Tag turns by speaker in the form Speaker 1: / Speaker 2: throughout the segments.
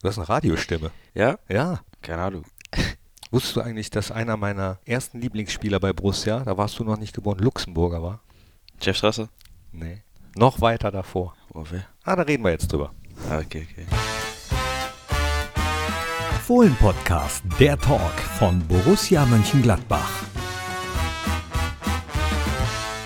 Speaker 1: Du hast eine Radiostimme.
Speaker 2: Ja?
Speaker 1: Ja.
Speaker 2: Keine Ahnung.
Speaker 1: Wusstest du eigentlich, dass einer meiner ersten Lieblingsspieler bei Borussia, da warst du noch nicht geboren, Luxemburger war?
Speaker 2: Chefstraße?
Speaker 1: Nee. Noch weiter davor.
Speaker 2: Oh, wer?
Speaker 1: Ah, da reden wir jetzt drüber.
Speaker 2: Ah, okay, okay.
Speaker 3: Fohlen Podcast, der Talk von Borussia Mönchengladbach.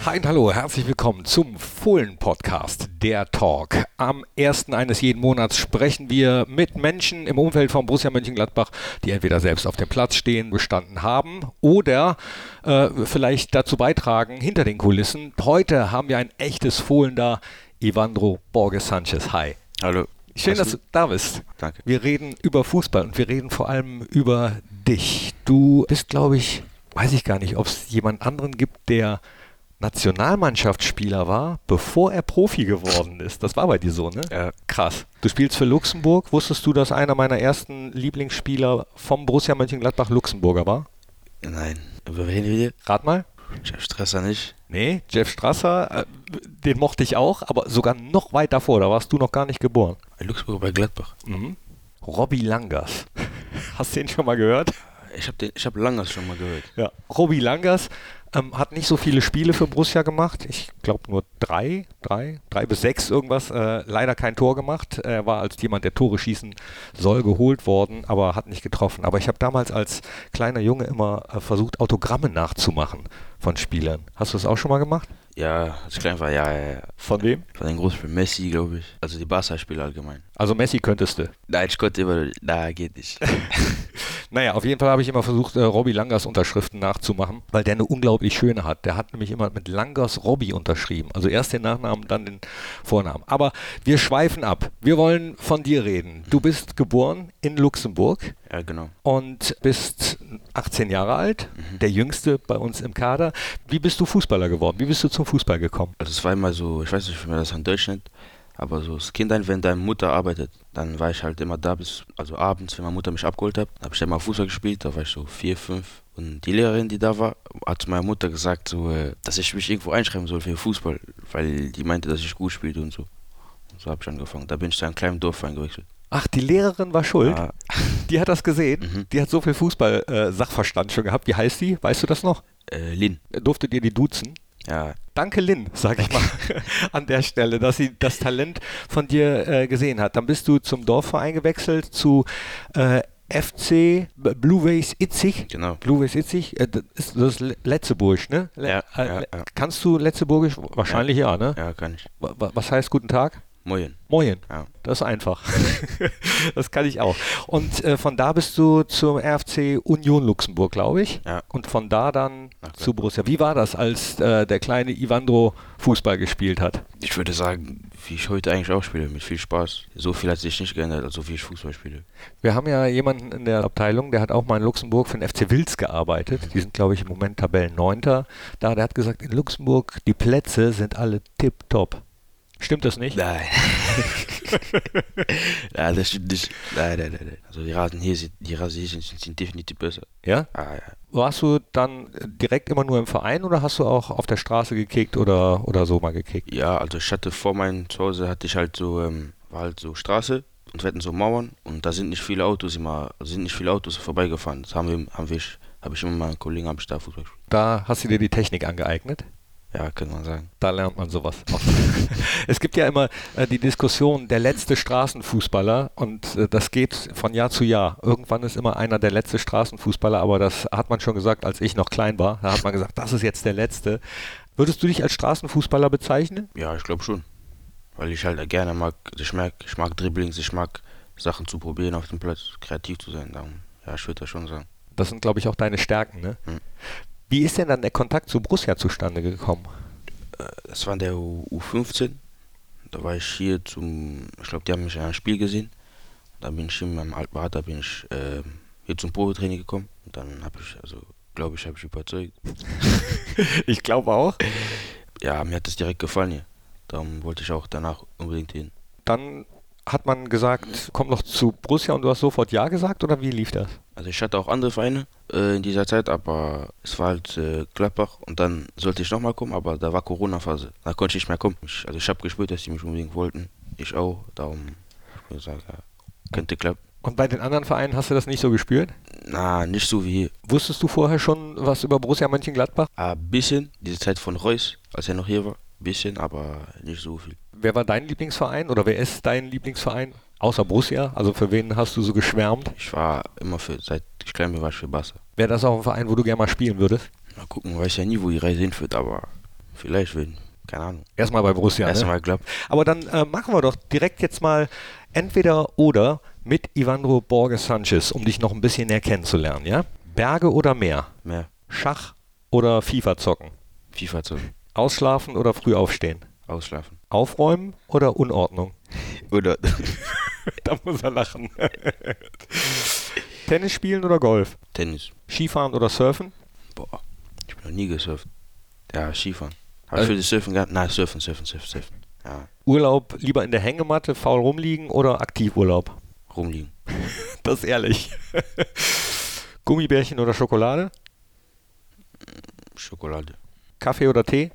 Speaker 1: Hi und hallo, herzlich willkommen zum Fohlen-Podcast, der Talk. Am ersten eines jeden Monats sprechen wir mit Menschen im Umfeld von Borussia Mönchengladbach, die entweder selbst auf dem Platz stehen, bestanden haben oder äh, vielleicht dazu beitragen, hinter den Kulissen. Heute haben wir ein echtes Fohlen da, Ivandro Borges Sanchez. Hi.
Speaker 2: Hallo.
Speaker 1: Schön, dass du da bist.
Speaker 2: Danke.
Speaker 1: Wir reden über Fußball und wir reden vor allem über dich. Du bist, glaube ich, weiß ich gar nicht, ob es jemand anderen gibt, der Nationalmannschaftsspieler war, bevor er Profi geworden ist. Das war bei dir so, ne?
Speaker 2: Ja.
Speaker 1: Krass. Du spielst für Luxemburg. Wusstest du, dass einer meiner ersten Lieblingsspieler vom Borussia Mönchengladbach Luxemburger war?
Speaker 2: Nein. Über wen reden
Speaker 1: Rat mal.
Speaker 2: wir? Chefstraße nicht.
Speaker 1: Nee, Jeff Strasser, äh, den mochte ich auch, aber sogar noch weit davor, da warst du noch gar nicht geboren.
Speaker 2: Bei Luxemburg bei Gladbach.
Speaker 1: Mhm. Robby Langas. Hast du den schon mal gehört?
Speaker 2: Ich habe hab Langers schon mal gehört.
Speaker 1: Ja. Robi Langas ähm, hat nicht so viele Spiele für Borussia gemacht. Ich glaube nur drei, drei, drei bis sechs irgendwas. Äh, leider kein Tor gemacht. Er war als jemand, der Tore schießen soll, geholt worden, aber hat nicht getroffen. Aber ich habe damals als kleiner Junge immer äh, versucht, Autogramme nachzumachen von Spielern. Hast du das auch schon mal gemacht?
Speaker 2: Ja, als ich klein war, ja, ja, ja.
Speaker 1: Von wem?
Speaker 2: Von den Großspielen Messi, glaube ich. Also die Barca-Spieler allgemein.
Speaker 1: Also Messi könntest du.
Speaker 2: Nein, ich konnte immer. Na, geht nicht.
Speaker 1: Naja, auf jeden Fall habe ich immer versucht, äh, Robby Langers Unterschriften nachzumachen, weil der eine unglaublich schöne hat. Der hat nämlich immer mit Langers Robby unterschrieben. Also erst den Nachnamen, dann den Vornamen. Aber wir schweifen ab. Wir wollen von dir reden. Du bist geboren in Luxemburg
Speaker 2: ja, genau.
Speaker 1: und bist 18 Jahre alt, der jüngste bei uns im Kader. Wie bist du Fußballer geworden? Wie bist du zum Fußball gekommen?
Speaker 2: Also es war immer so, ich weiß nicht, wie man das in Deutschland, aber so das Kind ein, wenn deine Mutter arbeitet, dann war ich halt immer da bis, also abends, wenn meine Mutter mich abgeholt hat, habe ich dann mal Fußball gespielt, da war ich so vier, fünf. Und die Lehrerin, die da war, hat zu meiner Mutter gesagt, so, äh, dass ich mich irgendwo einschreiben soll für Fußball, weil die meinte, dass ich gut spiele und so. Und so habe ich angefangen. Da bin ich zu einem kleinen Dorfverein gewechselt.
Speaker 1: Ach, die Lehrerin war schuld.
Speaker 2: Ah, Mhm.
Speaker 1: Die hat das gesehen. Die hat so viel Fußball-Sachverstand schon gehabt. Wie heißt die? Weißt du das noch?
Speaker 2: äh, Lin.
Speaker 1: Durftet ihr die duzen?
Speaker 2: Ja,
Speaker 1: Danke Lynn, sag ich mal, an der Stelle, dass sie das Talent von dir äh, gesehen hat. Dann bist du zum Dorfverein gewechselt, zu äh, FC B- Blueways Itzig.
Speaker 2: genau.
Speaker 1: Blueways Itzig, äh, das ist das Le- Letzeburgisch, ne? Le
Speaker 2: Ja,
Speaker 1: äh,
Speaker 2: ja,
Speaker 1: Le-
Speaker 2: ja.
Speaker 1: Kannst du Letzeburgisch? Wahrscheinlich ja, ne?
Speaker 2: Ja, kann ich.
Speaker 1: Wa- wa- Was heißt guten Tag?
Speaker 2: Moin.
Speaker 1: Moin.
Speaker 2: Ja.
Speaker 1: Das ist einfach. das kann ich auch. Und äh, von da bist du zum RFC Union Luxemburg, glaube ich.
Speaker 2: Ja.
Speaker 1: Und von da dann
Speaker 2: Nach
Speaker 1: zu Borussia. Wie war das, als äh, der kleine Ivandro Fußball gespielt hat?
Speaker 2: Ich würde sagen, wie ich heute eigentlich auch spiele, mit viel Spaß. So viel hat sich nicht geändert, also wie ich Fußball spiele.
Speaker 1: Wir haben ja jemanden in der Abteilung, der hat auch mal in Luxemburg für den FC Wils gearbeitet. Die sind, glaube ich, im Moment Tabellenneunter. Da, der hat gesagt, in Luxemburg, die Plätze sind alle tipptopp. Stimmt das nicht?
Speaker 2: Nein. nein, das stimmt nicht. Nein, nein, nein, nein. Also die Rasen hier sind, die Rasen hier sind, sind, sind definitiv besser.
Speaker 1: Ja?
Speaker 2: Ah, ja.
Speaker 1: Warst du dann äh, direkt immer nur im Verein oder hast du auch auf der Straße gekickt oder, oder so mal gekickt?
Speaker 2: ja, also ich hatte vor meinem Zuhause hatte ich halt so, ähm, war halt so Straße und wir hatten so Mauern und da sind nicht viele Autos immer, also sind nicht viele Autos vorbeigefahren. Das haben wir, haben wir, habe ich immer meinen Kollegen am Star Fußball gespielt.
Speaker 1: Da hast du dir die Technik angeeignet.
Speaker 2: Ja, kann man sagen.
Speaker 1: Da lernt man sowas. es gibt ja immer äh, die Diskussion, der letzte Straßenfußballer und äh, das geht von Jahr zu Jahr. Irgendwann ist immer einer der letzte Straßenfußballer, aber das hat man schon gesagt, als ich noch klein war. Da hat man gesagt, das ist jetzt der letzte. Würdest du dich als Straßenfußballer bezeichnen?
Speaker 2: Ja, ich glaube schon. Weil ich halt gerne mag, also ich mag, ich mag Dribblings, ich mag Sachen zu probieren auf dem Platz, kreativ zu sein. Darum, ja, ich würde das schon sagen.
Speaker 1: Das sind, glaube ich, auch deine Stärken. Ne?
Speaker 2: Mhm.
Speaker 1: Wie ist denn dann der Kontakt zu Borussia zustande gekommen?
Speaker 2: Das war in der U- U15. Da war ich hier zum, ich glaube, die haben mich in einem Spiel gesehen. Da bin ich hier mit meinem alten Vater, bin ich ähm, hier zum Probetraining gekommen. Und dann habe ich, also glaube ich, habe ich überzeugt.
Speaker 1: Ich glaube auch.
Speaker 2: Ja, mir hat das direkt gefallen hier. Darum wollte ich auch danach unbedingt hin.
Speaker 1: Dann hat man gesagt, komm noch zu Borussia und du hast sofort Ja gesagt oder wie lief das?
Speaker 2: Also ich hatte auch andere Vereine äh, in dieser Zeit, aber es war halt äh, Gladbach und dann sollte ich nochmal kommen, aber da war Corona-Phase. Da konnte ich nicht mehr kommen. Ich, also ich habe gespürt, dass die mich unbedingt wollten. Ich auch, darum hab ich gesagt, ja. könnte klappen.
Speaker 1: Und bei den anderen Vereinen hast du das nicht so gespürt?
Speaker 2: Na, nicht so wie hier.
Speaker 1: Wusstest du vorher schon was über Borussia Mönchengladbach?
Speaker 2: Ein bisschen, diese Zeit von Reus, als er noch hier war. Bisschen, aber nicht so viel.
Speaker 1: Wer war dein Lieblingsverein oder wer ist dein Lieblingsverein? Außer Borussia, also für wen hast du so geschwärmt?
Speaker 2: Ich war immer für, seit ich klein bin, war ich für Barca.
Speaker 1: Wäre das auch ein Verein, wo du gerne mal spielen würdest?
Speaker 2: Mal gucken, weiß ja nie, wo die Reise hinführt, aber vielleicht wenn. Keine Ahnung.
Speaker 1: Erstmal bei Borussia. ne?
Speaker 2: Erstmal glaubt.
Speaker 1: Aber dann äh, machen wir doch direkt jetzt mal entweder oder mit Ivandro Borges Sanchez, um dich noch ein bisschen näher kennenzulernen, ja? Berge oder Meer?
Speaker 2: Mehr.
Speaker 1: Schach oder FIFA zocken?
Speaker 2: FIFA zu
Speaker 1: Ausschlafen oder früh aufstehen?
Speaker 2: ausschlafen.
Speaker 1: Aufräumen oder Unordnung?
Speaker 2: Oder
Speaker 1: da muss er lachen. Tennis spielen oder Golf?
Speaker 2: Tennis.
Speaker 1: Skifahren oder Surfen?
Speaker 2: Boah. Ich bin noch nie gesurft. Ja, Skifahren. Hab
Speaker 1: Also-
Speaker 2: ich für das Surfen gehabt? Nein, Surfen, Surfen, Surfen, Surfen. Ja,
Speaker 1: Urlaub lieber in der Hängematte, faul rumliegen oder Aktivurlaub?
Speaker 2: rumliegen.
Speaker 1: Das ist ehrlich. Gummibärchen oder Schokolade?
Speaker 2: Schokolade.
Speaker 1: Kaffee oder Tee?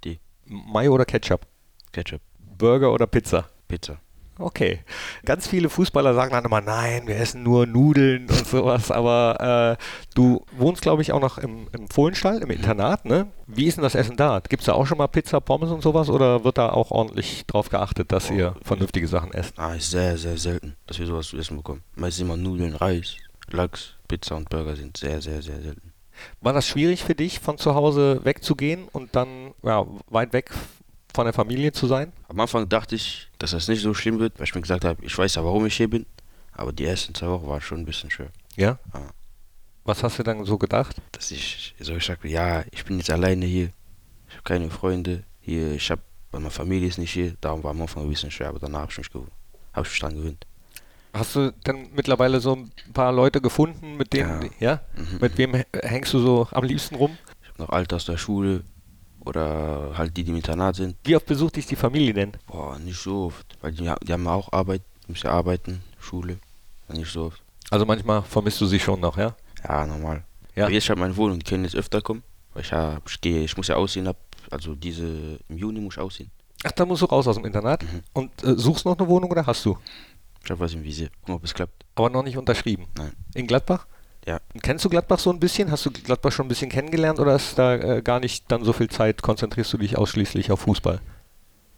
Speaker 2: Tee.
Speaker 1: Mayo oder Ketchup?
Speaker 2: Ketchup.
Speaker 1: Burger oder Pizza?
Speaker 2: Pizza.
Speaker 1: Okay. Ganz viele Fußballer sagen dann immer, nein, wir essen nur Nudeln und sowas, aber äh, du wohnst, glaube ich, auch noch im, im Fohlenstall, im Internat, ne? Wie ist denn das Essen da? Gibt es da auch schon mal Pizza, Pommes und sowas oder wird da auch ordentlich drauf geachtet, dass ihr vernünftige Sachen esst?
Speaker 2: Ah, ist sehr, sehr selten, dass wir sowas zu essen bekommen. Meistens immer Nudeln, Reis, Lachs, Pizza und Burger sind sehr, sehr, sehr selten.
Speaker 1: War das schwierig für dich, von zu Hause wegzugehen und dann ja, weit weg von der Familie zu sein?
Speaker 2: Am Anfang dachte ich, dass das nicht so schlimm wird, weil ich mir gesagt habe, ich weiß ja, warum ich hier bin. Aber die ersten zwei Wochen waren schon ein bisschen schwer.
Speaker 1: Ja.
Speaker 2: Ah.
Speaker 1: Was hast du dann so gedacht?
Speaker 2: dass ich so gesagt habe, ja, ich bin jetzt alleine hier. Ich habe keine Freunde hier. Ich habe, meine Familie ist nicht hier. Darum war am Anfang ein bisschen schwer, aber danach habe ich mich, gew- hab ich mich dran gewöhnt.
Speaker 1: Hast du dann mittlerweile so ein paar Leute gefunden, mit denen, ja? Mit wem h- hängst du so am liebsten rum?
Speaker 2: Ich habe noch Alte aus der Schule oder halt die, die im Internat sind.
Speaker 1: Wie oft besucht dich die Familie denn?
Speaker 2: Boah, nicht so oft, weil die, ha- die haben auch Arbeit, die müssen ja arbeiten, Schule. Nicht so oft.
Speaker 1: Also manchmal vermisst du sie schon noch, ja?
Speaker 2: Ja, normal.
Speaker 1: Ja.
Speaker 2: Aber jetzt habe ich meine Wohnung, die können jetzt öfter kommen. Weil ich, hab, ich, gehe, ich muss ja ausziehen, hab, also diese, im Juni muss ich ausziehen.
Speaker 1: Ach, dann musst du raus aus dem Internat
Speaker 2: Mhm.
Speaker 1: und äh, suchst noch eine Wohnung oder hast du?
Speaker 2: Ich habe was im Visier. Guck mal, ob es klappt.
Speaker 1: Aber noch nicht unterschrieben.
Speaker 2: Nein.
Speaker 1: In Gladbach?
Speaker 2: Ja.
Speaker 1: Kennst du Gladbach so ein bisschen? Hast du Gladbach schon ein bisschen kennengelernt oder ist da äh, gar nicht dann so viel Zeit? Konzentrierst du dich ausschließlich auf Fußball?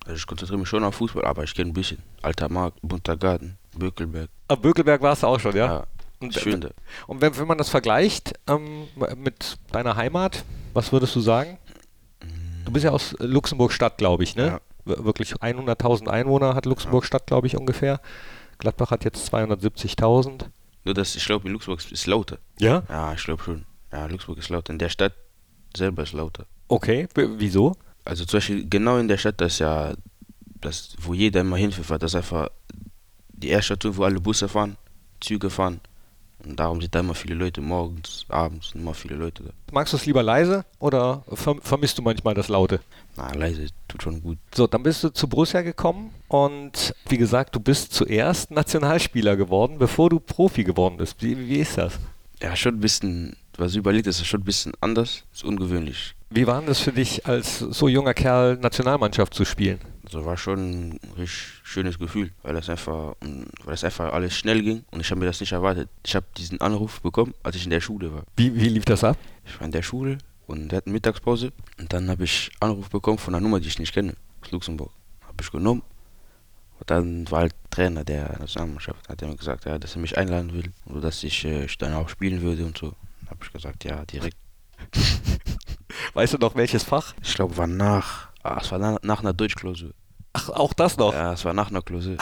Speaker 2: Also ich konzentriere mich schon auf Fußball, aber ich kenne ein bisschen. Alter Markt, Bunter Garten, Bökelberg.
Speaker 1: Ab Bökelberg warst du auch schon, ja?
Speaker 2: Ja,
Speaker 1: Und-
Speaker 2: schön da.
Speaker 1: Und wenn, wenn man das vergleicht ähm, mit deiner Heimat, was würdest du sagen? Du bist ja aus äh, Luxemburg-Stadt, glaube ich, ne?
Speaker 2: Ja.
Speaker 1: Wir- Wirklich 100.000 Einwohner hat Luxemburg-Stadt, glaube ich, ungefähr. Gladbach hat jetzt 270.000.
Speaker 2: Nur dass ich glaube, in Luxemburg ist lauter.
Speaker 1: Ja.
Speaker 2: Ja, ich glaube schon. Ja, Luxemburg ist lauter. In der Stadt selber ist lauter.
Speaker 1: Okay, w- wieso?
Speaker 2: Also zum Beispiel genau in der Stadt, das ist ja, das, wo jeder immer hinfährt, das ist einfach die erste Station, wo alle Busse fahren, Züge fahren. Und darum sind da immer viele Leute, morgens, abends, sind immer viele Leute da.
Speaker 1: Magst du es lieber leise oder verm vermisst du manchmal das Laute?
Speaker 2: Na, leise, tut schon gut.
Speaker 1: So, dann bist du zu Borussia gekommen und wie gesagt, du bist zuerst Nationalspieler geworden, bevor du Profi geworden bist. Wie, wie ist das?
Speaker 2: Ja, schon ein bisschen, was überlegt ist, ist schon ein bisschen anders, ist ungewöhnlich.
Speaker 1: Wie war denn das für dich, als so junger Kerl Nationalmannschaft zu spielen?
Speaker 2: Also war schon ein richtig schönes Gefühl, weil das einfach, mm, weil das einfach alles schnell ging und ich habe mir das nicht erwartet. Ich habe diesen Anruf bekommen, als ich in der Schule war.
Speaker 1: Wie, wie lief das ab?
Speaker 2: Ich war in der Schule und wir hatten Mittagspause und dann habe ich Anruf bekommen von einer Nummer, die ich nicht kenne, aus Luxemburg. Habe ich genommen und dann war halt Trainer der Nationalmannschaft, hat er mir gesagt, ja, dass er mich einladen will und dass ich äh, dann auch spielen würde und so. Habe ich gesagt, ja, direkt.
Speaker 1: Weißt du noch welches Fach?
Speaker 2: Ich glaube, war nach, ah, es war na, nach einer Deutschklausur.
Speaker 1: Ach, auch das noch.
Speaker 2: Ja, es war nach einer Klausur.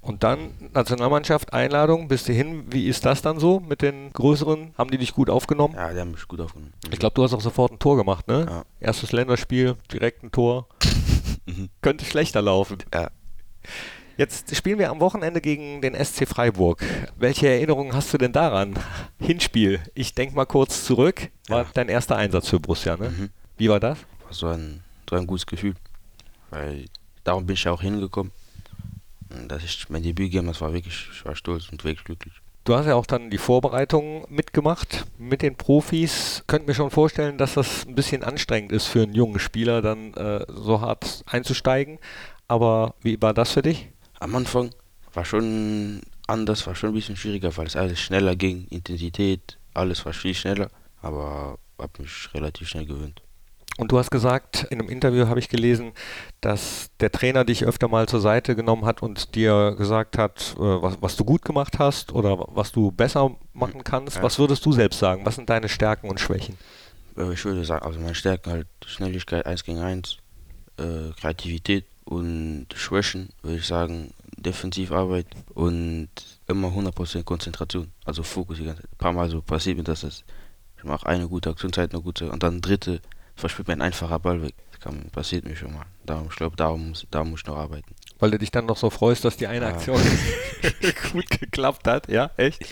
Speaker 1: Und dann Nationalmannschaft, Einladung, bist du hin. Wie ist das dann so mit den Größeren? Haben die dich gut aufgenommen?
Speaker 2: Ja, die haben mich gut aufgenommen.
Speaker 1: Ich glaube, du hast auch sofort ein Tor gemacht, ne?
Speaker 2: Ja.
Speaker 1: Erstes Länderspiel, direkt ein Tor. Könnte schlechter laufen.
Speaker 2: Mhm. Ja.
Speaker 1: Jetzt spielen wir am Wochenende gegen den SC Freiburg. Welche Erinnerungen hast du denn daran? Hinspiel. Ich denke mal kurz zurück. War
Speaker 2: Ja. Mhm.
Speaker 1: dein erster Einsatz für Borussia, ne? Wie war das?
Speaker 2: war so ein, so ein gutes Gefühl. Weil darum bin ich ja auch hingekommen. Und dass ich mein Debüt gegeben habe, das war wirklich, ich war stolz und wirklich glücklich.
Speaker 1: Du hast ja auch dann die Vorbereitungen mitgemacht mit den Profis. Könnt mir schon vorstellen, dass das ein bisschen anstrengend ist für einen jungen Spieler, dann äh, so hart einzusteigen. Aber wie war das für dich?
Speaker 2: Am Anfang war schon anders, war schon ein bisschen schwieriger, weil es alles schneller ging, Intensität, alles war viel schneller, aber habe mich relativ schnell gewöhnt.
Speaker 1: Und du hast gesagt, in einem Interview habe ich gelesen, dass der Trainer dich öfter mal zur Seite genommen hat und dir gesagt hat, äh, was, was du gut gemacht hast oder was du besser machen kannst.
Speaker 2: Ja.
Speaker 1: Was würdest du selbst sagen? Was sind deine Stärken und Schwächen?
Speaker 2: Äh, Ich würde sagen, also meine Stärken halt Schnelligkeit 1 gegen 1, äh, Kreativität und Schwächen, würde ich sagen, Defensivarbeit und immer 100% Konzentration, also Fokus die ganze Zeit. Ein paar Mal so passiert mir das, dass ich mache eine gute Aktionszeit, eine gute und dann dritte verspielt mir ein einfacher Ball weg. Das kann, passiert mir schon mal. Darum, ich glaube, darum, muss- darum muss ich noch arbeiten.
Speaker 1: Weil du dich dann noch so freust, dass die eine
Speaker 2: Ja.
Speaker 1: Aktion gut geklappt hat. Ja, echt?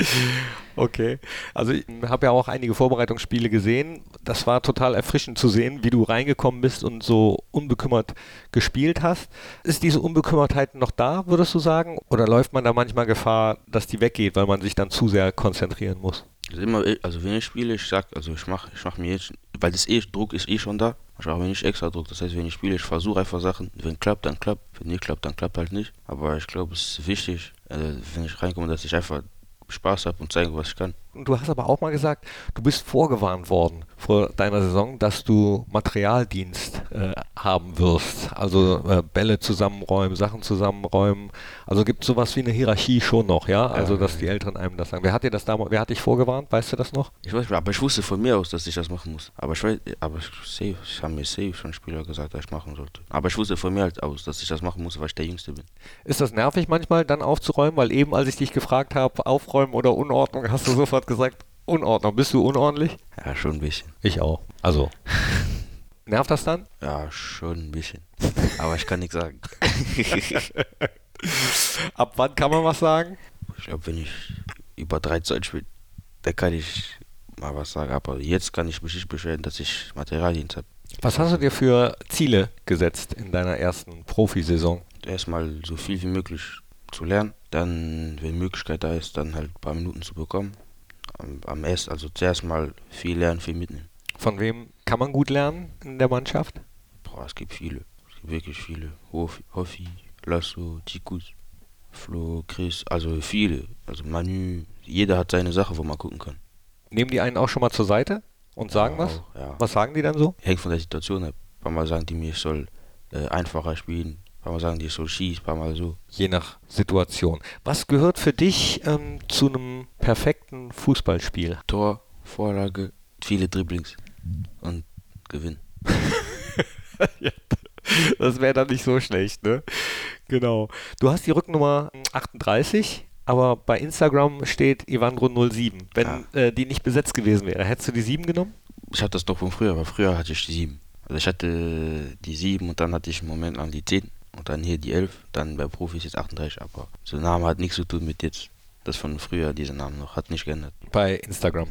Speaker 1: Okay. Also ich habe ja auch einige Vorbereitungsspiele gesehen. Das war total erfrischend zu sehen, wie du reingekommen bist und so unbekümmert gespielt hast. Ist diese Unbekümmertheit noch da, würdest du sagen? Oder läuft man da manchmal Gefahr, dass die weggeht, weil man sich dann zu sehr konzentrieren muss?
Speaker 2: Also immer, eh- also wenn ich spiele, ich sag, also ich mache ich mach mir jetzt, weil das eh, Druck ist eh schon da. Ich mache mir nicht extra Druck. Das heißt, wenn ich spiele, ich versuche einfach Sachen. Wenn klappt, dann klappt. Wenn nicht klappt, dann klappt halt nicht. Aber ich glaube, es ist wichtig, also wenn ich reinkomme, dass ich einfach Spaß habe und zeige, was ich kann.
Speaker 1: Und du hast aber auch mal gesagt, du bist vorgewarnt worden vor deiner Saison, dass du Materialdienst äh, haben wirst. Also äh, Bälle zusammenräumen, Sachen zusammenräumen. Also gibt es sowas wie eine Hierarchie schon noch, ja? Also dass die Eltern einem das sagen. Wer hat dir das damals, wer hat dich vorgewarnt? Weißt du das noch?
Speaker 2: Ich weiß, aber ich wusste von mir aus, dass ich das machen muss. Aber ich weiß, aber ich, safe, ich habe mir safe schon Spieler gesagt, dass ich machen sollte. Aber ich wusste von mir halt aus, dass ich das machen muss, weil ich der Jüngste bin.
Speaker 1: Ist das nervig manchmal, dann aufzuräumen? Weil eben, als ich dich gefragt habe, aufräumen oder Unordnung, hast du sofort gesagt, Unordnung. Bist du unordentlich?
Speaker 2: Ja, schon ein bisschen.
Speaker 1: Ich auch. Also. Nervt das dann?
Speaker 2: Ja, schon ein bisschen. Aber ich kann nichts sagen.
Speaker 1: Ab wann kann man was sagen?
Speaker 2: Ich glaube, wenn ich über 13 spiele, da kann ich mal was sagen. Aber jetzt kann ich mich nicht beschweren, dass ich Materialdienst habe.
Speaker 1: Was hast du dir für Ziele gesetzt in deiner ersten Profisaison?
Speaker 2: Erstmal so viel wie möglich zu lernen. Dann, wenn Möglichkeit da ist, dann halt ein paar Minuten zu bekommen. Am, am erst, also zuerst mal viel lernen, viel mitnehmen.
Speaker 1: Von wem kann man gut lernen in der Mannschaft?
Speaker 2: Boah, es gibt viele. Es gibt wirklich viele. Hof, Hoffi, Lasso, Tikus, Flo, Chris, also viele. Also Manu, jeder hat seine Sache, wo man gucken kann.
Speaker 1: Nehmen die einen auch schon mal zur Seite und sagen was?
Speaker 2: Auch, Ja.
Speaker 1: Was sagen die dann so?
Speaker 2: hängt von der Situation ab. Ein paar Mal sagen die mir, ich soll äh, einfacher spielen, ein paar Mal sagen die, ich soll schießen, ein paar Mal so.
Speaker 1: Je nach Situation. Was gehört für dich ähm, zu einem perfekten Fußballspiel?
Speaker 2: Tor, Vorlage, viele Dribblings und Gewinn.
Speaker 1: Das wäre dann nicht so schlecht, ne? Genau. Du hast die Rücknummer 38, aber bei Instagram steht Ivandro07. Wenn äh, die nicht besetzt gewesen wäre, hättest du die 7 genommen?
Speaker 2: Ich hatte das doch von früher, aber früher hatte ich die 7. Also ich hatte die 7 und dann hatte ich einen Moment lang die 10 und dann hier die 11, dann bei Profis jetzt 38, aber so ein Name hat nichts zu tun mit jetzt. Das von früher, dieser Name noch, hat nicht geändert.
Speaker 1: Bei Instagram.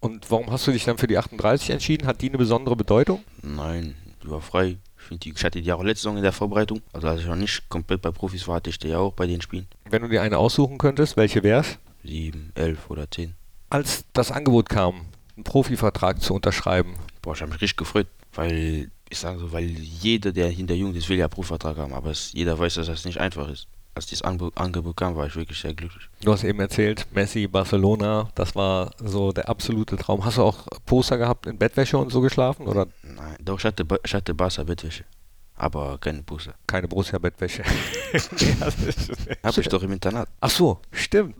Speaker 1: Und warum hast du dich dann für die 38 entschieden? Hat die eine besondere Bedeutung?
Speaker 2: Nein, die war frei. Ich, find die, ich hatte die auch letzte Saison in der Vorbereitung. Also als ich noch nicht komplett bei Profis war, hatte ich die ja auch bei den Spielen.
Speaker 1: Wenn du dir eine aussuchen könntest, welche wär's?
Speaker 2: 7, 11 oder 10.
Speaker 1: Als das Angebot kam, einen Profivertrag zu unterschreiben,
Speaker 2: Boah, ich habe mich richtig gefreut, weil ich sage so, weil jeder, der hinter Jugend ist, will ja Profivertrag haben, aber es, jeder weiß, dass das nicht einfach ist. Als dieses Angebot, Angebot kam, war ich wirklich sehr glücklich.
Speaker 1: du hast eben erzählt, Messi, Barcelona, das war so der absolute Traum. Hast du auch Poster gehabt in Bettwäsche und so geschlafen oder
Speaker 2: Nein, doch, ich hatte, Ba- ich hatte Barca Bettwäsche, aber keine Busse.
Speaker 1: keine Borussia-Bettwäsche?
Speaker 2: Habe ich doch im Internat.
Speaker 1: Ach so, stimmt.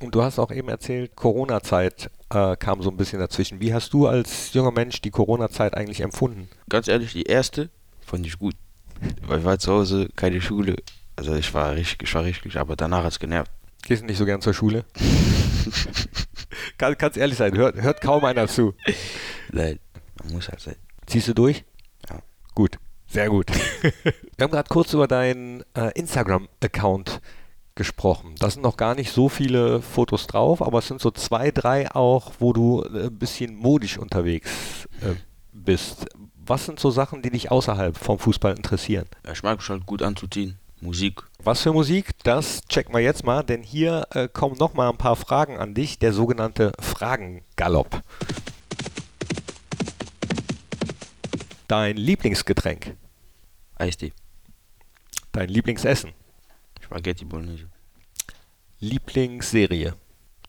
Speaker 1: und du hast auch eben erzählt, Corona-Zeit äh, kam so ein bisschen dazwischen. Wie hast du als junger Mensch die Corona-Zeit eigentlich empfunden?
Speaker 2: Ganz ehrlich, die erste fand ich gut, weil ich war zu Hause, keine Schule. Also ich war richtig, ich war richtig, glücklich, aber danach hat es genervt.
Speaker 1: Gehst du nicht so gern zur Schule? Kann, kannst ehrlich sein, hört, hört kaum einer zu.
Speaker 2: Nein, man muss halt sein.
Speaker 1: Ziehst du durch?
Speaker 2: Ja.
Speaker 1: Gut, sehr gut. Wir haben gerade kurz über deinen äh, Instagram-Account gesprochen. Da sind noch gar nicht so viele Fotos drauf, aber es sind so zwei, drei auch, wo du äh, ein bisschen modisch unterwegs äh, bist. Was sind so Sachen, die dich außerhalb vom Fußball interessieren?
Speaker 2: Ich mag mich halt gut anzuziehen, Musik.
Speaker 1: Was für Musik? Das checken wir jetzt mal, denn hier äh, kommen noch mal ein paar Fragen an dich, der sogenannte Fragengalopp. Dein Lieblingsgetränk,
Speaker 2: Eistee.
Speaker 1: dein Lieblingsessen,
Speaker 2: Ich Spaghetti Bolognese.
Speaker 1: Lieblingsserie.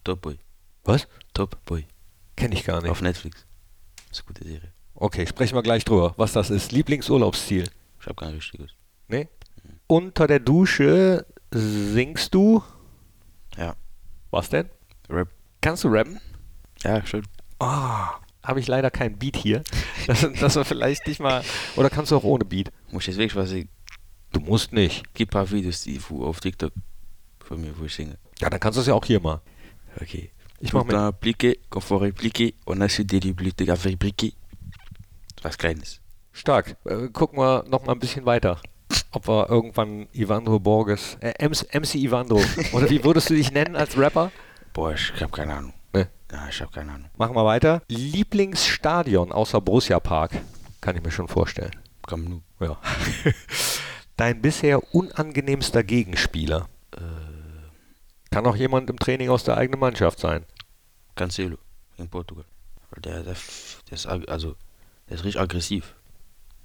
Speaker 2: Top Boy.
Speaker 1: Was?
Speaker 2: Top Boy.
Speaker 1: Kenne ich gar nicht.
Speaker 2: Auf Netflix. Ist eine gute Serie.
Speaker 1: Okay, sprechen wir gleich drüber, was das ist. Lieblingsurlaubsziel.
Speaker 2: Ich habe kein richtiges.
Speaker 1: Nee? Unter der Dusche singst du.
Speaker 2: Ja.
Speaker 1: Was denn?
Speaker 2: Rap.
Speaker 1: Kannst du rappen?
Speaker 2: Ja, schön.
Speaker 1: Ah, habe ich leider kein Beat hier. Das, das war vielleicht nicht mal. Oder kannst du auch ohne Beat?
Speaker 2: Muss ich jetzt wirklich was singen?
Speaker 1: Du musst nicht.
Speaker 2: Gibt ein paar Videos die, wo, auf TikTok von mir, wo ich singe.
Speaker 1: Ja, dann kannst du es ja auch hier mal.
Speaker 2: Ok.
Speaker 1: Ich mach
Speaker 2: Tout
Speaker 1: mit.
Speaker 2: un appliqué, qu'on faut répliquer, on a su des bibliothèques à fabriquer. Was Kleines.
Speaker 1: Stark. Äh, gucken wir noch mal ein bisschen weiter. Ob wir irgendwann Ivandro Borges, äh, MC, MC Ivandro, oder wie würdest du dich nennen als Rapper?
Speaker 2: Boah, ich hab keine Ahnung.
Speaker 1: Ne.
Speaker 2: Ja, ich hab keine Ahnung.
Speaker 1: Machen wir weiter. Lieblingsstadion außer Borussia Park, kann ich mir schon vorstellen.
Speaker 2: Kam nur.
Speaker 1: Ja. Dein bisher unangenehmster Gegenspieler. Äh, Kann auch jemand im Training aus der eigenen Mannschaft sein.
Speaker 2: Cancelo in Portugal. Aber Der, der, der ist, ag- also, der ist richtig aggressiv.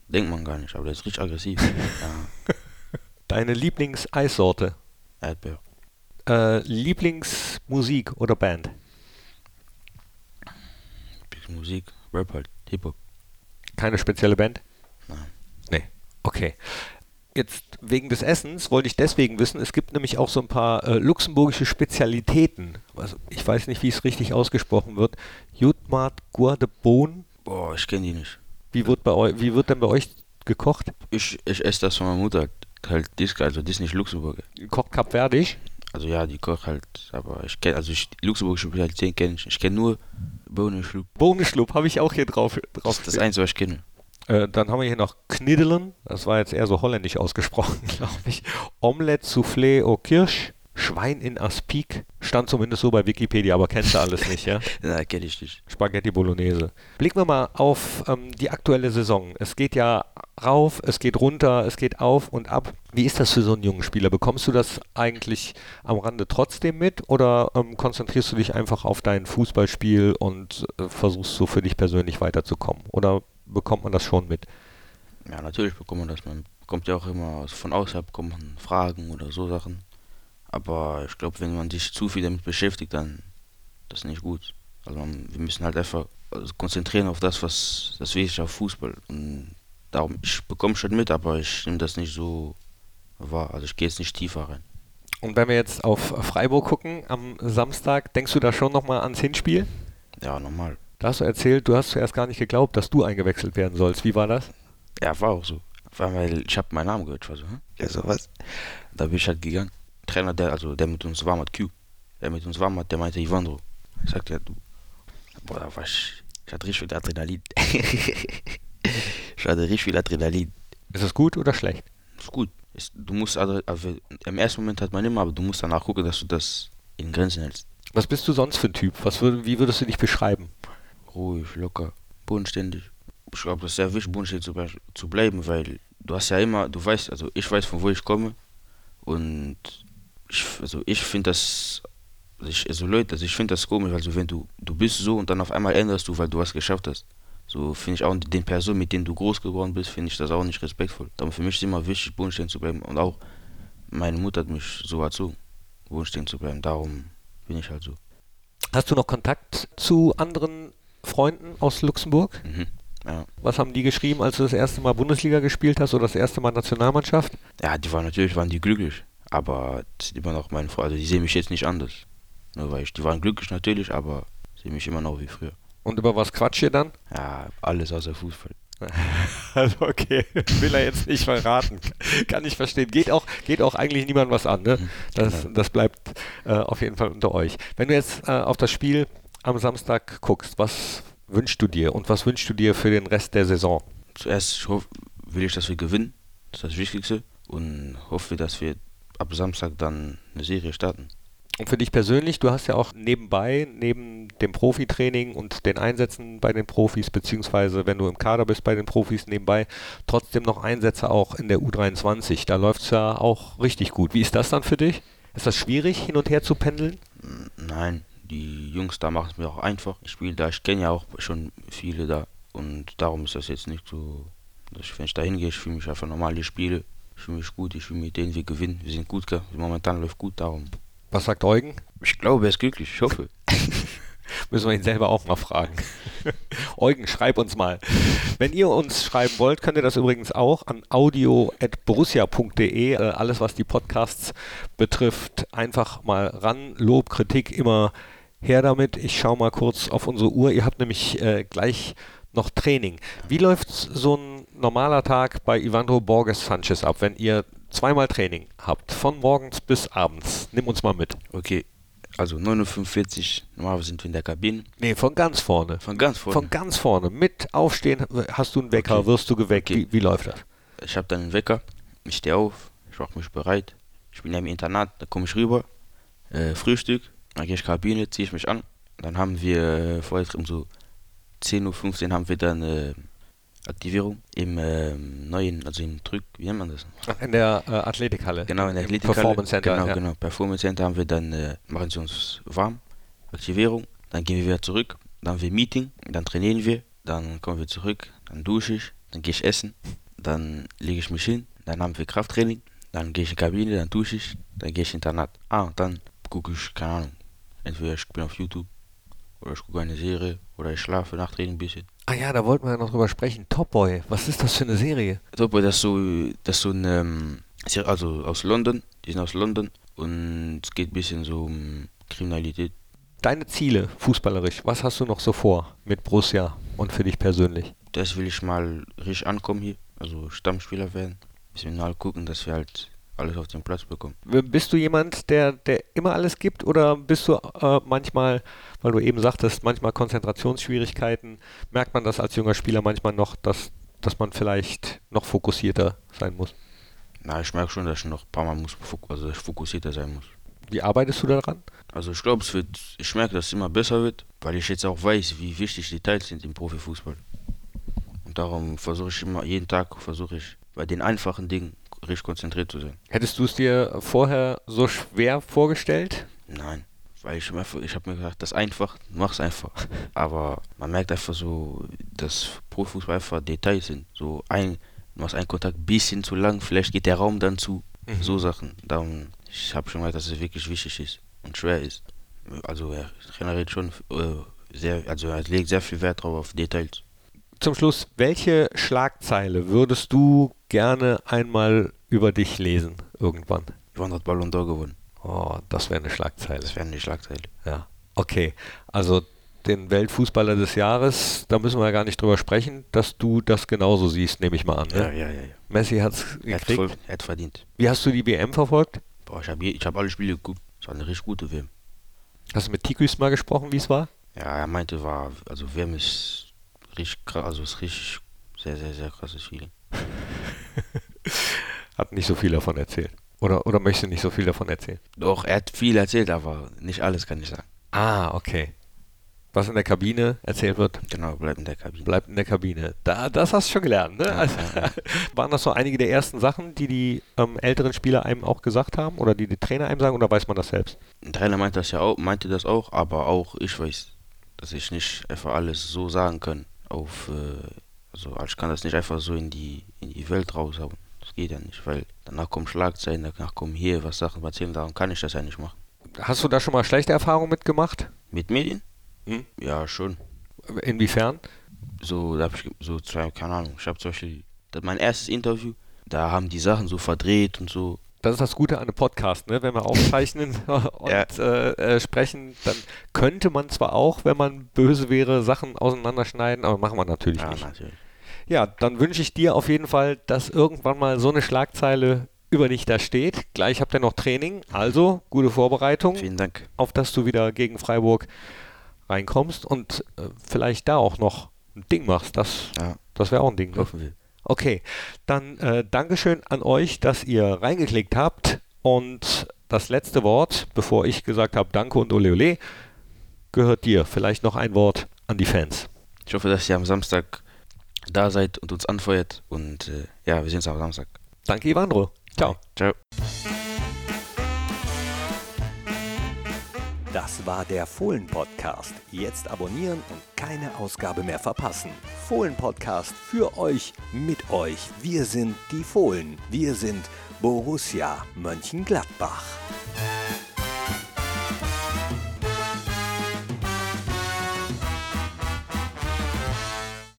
Speaker 2: Denkt man gar nicht, aber der ist richtig aggressiv. ja,
Speaker 1: Deine Lieblingseissorte.
Speaker 2: Erdbeer.
Speaker 1: Äh, Lieblingsmusik oder Band?
Speaker 2: Bisschen Musik, Rap halt, Hip-Hop.
Speaker 1: Keine spezielle Band?
Speaker 2: Nein.
Speaker 1: Nee. Okay. Jetzt wegen des Essens wollte ich deswegen wissen, es gibt nämlich auch so ein paar äh, luxemburgische Spezialitäten. Also ich weiß nicht, wie es richtig ausgesprochen wird. Jutmat Guardebon.
Speaker 2: Boah, ich kenne die nicht.
Speaker 1: Wie wird, bei eu wie wird denn bei euch gekocht?
Speaker 2: Ich, ich esse das von meiner Mutter. Halt, die ist, also, die ist nicht Luxemburger.
Speaker 1: Gekocht kapverdig?
Speaker 2: Also ja, die kocht halt, aber ich kenne, also ich, die luxemburgische Spezialität kenne ich. Ich kenne nur Bohnenschluck.
Speaker 1: Bohnenschlupp habe ich auch hier drauf.
Speaker 2: Das
Speaker 1: drauf
Speaker 2: ist das Einzige, was ich kenne.
Speaker 1: äh, dann haben wir hier noch Kniddelen. Das war jetzt eher so holländisch ausgesprochen, glaube ich. Omelette Soufflé au Kirsch. Schwein in Aspik. Stand zumindest so bei Wikipedia, aber kennst du alles nicht, ja?
Speaker 2: Na, kenne ich nicht.
Speaker 1: Spaghetti Bolognese. Blicken wir mal auf ähm, die aktuelle Saison. Es geht ja rauf, es geht runter, es geht auf und ab. Wie ist das für so einen jungen Spieler? Bekommst du das eigentlich am Rande trotzdem mit oder ähm, konzentrierst du dich einfach auf dein Fußballspiel und äh, versuchst so für dich persönlich weiterzukommen? Oder bekommt man das schon mit?
Speaker 2: Ja, natürlich bekommt man das. Man bekommt ja auch immer aus- von außerhalb kommt man Fragen oder so Sachen. Aber ich glaube, wenn man sich zu viel damit beschäftigt, dann das ist nicht gut. Also man, wir müssen halt einfach also konzentrieren auf das, was das Wichtige ist, auf Fußball. Und darum, ich bekomme schon mit, aber ich nehme das nicht so wahr. Also ich gehe jetzt nicht tiefer rein.
Speaker 1: Und wenn wir jetzt auf Freiburg gucken am Samstag, denkst du da schon nochmal ans Hinspiel?
Speaker 2: Ja, normal.
Speaker 1: Da hast du erzählt, du hast zuerst gar nicht geglaubt, dass du eingewechselt werden sollst. Wie war das?
Speaker 2: Ja, war auch so. War, weil ich habe meinen Namen gehört, ich war so, hm? Ja, sowas. Da bin ich halt gegangen. Trainer, der, also der mit uns warm hat, Q. Der mit uns warm hat, der meinte Ivandro. Ich sagte, ja, du. Boah, da war ich. Ich hatte richtig viel Adrenalin. ich hatte richtig viel Adrenalin.
Speaker 1: Ist es gut oder schlecht?
Speaker 2: Ist gut. Ist, du musst, also, also, im ersten Moment hat man immer, aber du musst danach gucken, dass du das in Grenzen hältst.
Speaker 1: Was bist du sonst für ein Typ? Was würd, wie würdest du dich beschreiben?
Speaker 2: ruhig, locker, bodenständig. Ich glaube, das ist sehr wichtig, bodenständig zu, ble- zu bleiben, weil du hast ja immer, du weißt, also ich weiß, von wo ich komme und ich, also ich finde das, also, ich, also Leute, also ich finde das komisch, also wenn du, du bist so und dann auf einmal änderst du, weil du was geschafft hast. So finde ich auch den Personen, mit denen du groß geworden bist, finde ich das auch nicht respektvoll. Darum für mich ist immer wichtig, bodenständig zu bleiben und auch meine Mutter hat mich so erzogen, bodenständig zu bleiben. Darum bin ich halt so.
Speaker 1: Hast du noch Kontakt zu anderen Freunden aus Luxemburg?
Speaker 2: Mhm. Ja.
Speaker 1: Was haben die geschrieben, als du das erste Mal Bundesliga gespielt hast oder das erste Mal Nationalmannschaft?
Speaker 2: Ja, die waren natürlich waren die glücklich, aber das sind immer noch meine Freunde. Also die sehen mich jetzt nicht anders. Nur weil ich, die waren glücklich natürlich, aber sehen mich immer noch wie früher.
Speaker 1: Und über was quatscht ihr dann?
Speaker 2: Ja, alles außer Fußball.
Speaker 1: Also okay, will er jetzt nicht verraten. Kann ich verstehen. Geht auch, geht auch eigentlich niemand was an. Ne? Das, das bleibt äh, auf jeden Fall unter euch. Wenn du jetzt äh, auf das Spiel am Samstag guckst, was wünschst du dir und was wünschst du dir für den Rest der Saison?
Speaker 2: Zuerst ich hoff, will ich, dass wir gewinnen. Das ist das Wichtigste. Und hoffe, dass wir ab Samstag dann eine Serie starten.
Speaker 1: Und für dich persönlich, du hast ja auch nebenbei, neben dem Profitraining und den Einsätzen bei den Profis, beziehungsweise wenn du im Kader bist bei den Profis nebenbei, trotzdem noch Einsätze auch in der U23. Da läuft es ja auch richtig gut. Wie ist das dann für dich? Ist das schwierig, hin und her zu pendeln?
Speaker 2: N- Nein, die Jungs da machen es mir auch einfach. Ich spiele da, ich kenne ja auch schon viele da. Und darum ist das jetzt nicht so, dass ich, wenn ich da hingehe, ich fühle mich einfach normal, ich spiele. Ich Ich fühle mich gut, ich fühle mit denen, wir gewinnen. Wir sind gut, gell? Momentan läuft gut darum.
Speaker 1: Was sagt Eugen?
Speaker 2: Ich glaube, er ist glücklich, ich hoffe.
Speaker 1: Müssen wir ihn selber auch mal fragen. Eugen, schreib uns mal. Wenn ihr uns schreiben wollt, könnt ihr das übrigens auch an audio.borussia.de. Äh, Alles, was die Podcasts betrifft, einfach mal ran. Lob, Kritik immer her damit. Ich schaue mal kurz auf unsere Uhr. Ihr habt nämlich äh, gleich noch Training. Wie läuft so ein normaler Tag bei Ivandro Borges Sanchez ab, wenn ihr zweimal Training habt, von morgens bis abends? Nimm uns mal mit.
Speaker 2: Okay, also 9.45 Uhr, normalerweise sind wir in der Kabine.
Speaker 1: Nee, von ganz vorne.
Speaker 2: Von ganz vorne.
Speaker 1: Von ganz vorne, mit aufstehen, hast du einen Wecker,
Speaker 2: Okay.
Speaker 1: wirst du geweckt,
Speaker 2: Okay.
Speaker 1: wie, wie läuft das?
Speaker 2: Ich habe dann einen Wecker, ich stehe auf, ich mache mich bereit. Ich bin ja im Internat, da komme ich rüber, äh, Frühstück, dann gehe ich in die Kabine, ziehe ich mich an. Dann haben wir äh, vorher um so 10.15 Uhr haben wir dann äh, Aktivierung im ähm, neuen, also im Drück, wie nennt man das?
Speaker 1: In der äh, Athletikhalle.
Speaker 2: Genau, in der
Speaker 1: Im
Speaker 2: Athletikhalle.
Speaker 1: Performance Center.
Speaker 2: Genau,
Speaker 1: ja.
Speaker 2: genau. Performance Center haben wir dann, äh, machen sie uns warm, Aktivierung, dann gehen wir wieder zurück, dann haben wir Meeting, dann trainieren wir, dann kommen wir zurück, dann dusche ich, dann gehe ich essen, dann lege ich mich hin, dann haben wir Krafttraining, dann gehe ich in die Kabine, dann dusche ich, dann gehe ich in Internat. Ah, und dann gucke ich, keine Ahnung, entweder ich bin auf YouTube oder ich gucke eine Serie oder ich schlafe nach Training ein bisschen.
Speaker 1: Ah ja, da wollten wir ja noch drüber sprechen. Top Boy, was ist das für eine Serie?
Speaker 2: Top Boy, das ist so, das ist so ein, ähm, Ser- also aus London, die sind aus London und es geht ein bisschen so um Kriminalität.
Speaker 1: Deine Ziele fußballerisch, was hast du noch so vor mit Borussia und für dich persönlich?
Speaker 2: Das will ich mal richtig ankommen hier, also Stammspieler werden. Bisschen mal gucken, dass wir halt alles auf den Platz bekommen.
Speaker 1: W- Bist du jemand, der, der immer alles gibt oder bist du äh, manchmal, weil du eben sagtest, manchmal Konzentrationsschwierigkeiten, merkt man das als junger Spieler manchmal noch, dass, dass man vielleicht noch fokussierter sein muss?
Speaker 2: Na, ich merke schon, dass ich noch ein paar Mal muss, fok- also dass ich fokussierter sein muss.
Speaker 1: Wie arbeitest du daran?
Speaker 2: Also ich glaube, es wird, ich merke, dass es immer besser wird, weil ich jetzt auch weiß, wie wichtig Details sind im Profifußball. Und darum versuche ich immer, jeden Tag versuche ich, bei den einfachen Dingen richtig konzentriert zu sein.
Speaker 1: Hättest du es dir vorher so schwer vorgestellt?
Speaker 2: Nein, weil ich, immer- ich habe mir gedacht, das ist einfach, mach's einfach. Aber man merkt einfach so, dass Profifußball einfach Details sind. So ein, du machst einen Kontakt ein bisschen zu lang, vielleicht geht der Raum dann zu. So Sachen. Darum, ich habe schon gemerkt, dass es wirklich wichtig ist und schwer ist. Also er redet schon äh, sehr, also er legt sehr viel Wert drauf auf Details.
Speaker 1: Zum Schluss, welche Schlagzeile würdest du gerne einmal über dich lesen irgendwann?
Speaker 2: Wann hat Ballon d'Or gewonnen?
Speaker 1: Oh, das wäre eine Schlagzeile.
Speaker 2: Das wäre eine Schlagzeile.
Speaker 1: Ja. Okay, also den Weltfußballer des Jahres, da müssen wir ja gar nicht drüber sprechen, dass du das genauso siehst, nehme ich mal an. Ne?
Speaker 2: ja, ja. ja.
Speaker 1: Messi hat es
Speaker 2: Er, hat voll,
Speaker 1: gekriegt.
Speaker 2: er hat verdient.
Speaker 1: Wie hast du die WM verfolgt?
Speaker 2: Boah, ich habe ich hab alle Spiele geguckt. Es war eine richtig gute WM.
Speaker 1: Hast du mit Tikus mal gesprochen, wie es war?
Speaker 2: Ja, er meinte, war, also WM ist richtig krass, also ist richtig sehr, sehr, sehr krasses Feeling.
Speaker 1: Hat nicht so viel davon erzählt. Oder, oder möchtest du nicht so viel davon erzählen?
Speaker 2: Doch, er hat viel erzählt, aber nicht alles kann ich sagen.
Speaker 1: Ah, okay. Was in der Kabine erzählt wird,
Speaker 2: Genau, bleibt in der Kabine.
Speaker 1: bleibt in der Kabine. Da, das hast du schon gelernt. Ne? Also, waren das so einige der ersten Sachen, die die ähm, älteren Spieler einem auch gesagt haben oder die die Trainer einem sagen oder weiß man das selbst?
Speaker 2: Ein Trainer meinte das ja auch, meinte das auch, aber auch ich weiß, dass ich nicht einfach alles so sagen kann. Auf, äh, also ich kann das nicht einfach so in die, in die Welt raushauen. Das geht ja nicht, weil danach kommen Schlagzeilen, danach kommen hier was Sachen erzählen, darum kann ich das ja nicht machen.
Speaker 1: Hast du da schon mal schlechte Erfahrungen mitgemacht?
Speaker 2: Mit Medien?
Speaker 1: Hm?
Speaker 2: Ja, schon.
Speaker 1: Inwiefern?
Speaker 2: so, da hab ich ge- so zwei, keine Ahnung, ich habe zum Beispiel da- mein erstes Interview, da haben die Sachen so verdreht und so.
Speaker 1: Das ist das Gute an einem Podcast, ne? wenn wir aufzeichnen und
Speaker 2: Ja.
Speaker 1: äh, äh, sprechen, dann könnte man zwar auch, wenn man böse wäre, Sachen auseinanderschneiden, aber machen wir natürlich
Speaker 2: Ja,
Speaker 1: nicht.
Speaker 2: natürlich.
Speaker 1: Ja, dann wünsche ich dir auf jeden Fall, dass irgendwann mal so eine Schlagzeile über dich da steht. Gleich habt ihr noch Training, also gute Vorbereitung,
Speaker 2: Vielen Dank.
Speaker 1: auf dass du wieder gegen Freiburg reinkommst und äh, vielleicht da auch noch ein Ding machst. Das,
Speaker 2: Ja,
Speaker 1: das wäre auch ein Ding. Ne?
Speaker 2: hoffen wir.
Speaker 1: Okay, dann äh, Dankeschön an euch, dass ihr reingeklickt habt. Und das letzte Wort, bevor ich gesagt habe Danke und Ole Ole, gehört dir. Vielleicht noch ein Wort an die Fans.
Speaker 2: Ich hoffe, dass ihr am Samstag da seid und uns anfeuert. Und äh, ja, wir sehen uns am Samstag.
Speaker 1: Danke, Ivandro. Ciao.
Speaker 2: Ciao.
Speaker 3: Das war der Fohlen-Podcast. Jetzt abonnieren und keine Ausgabe mehr verpassen. Fohlen-Podcast für euch, mit euch. Wir sind die Fohlen. Wir sind Borussia Mönchengladbach.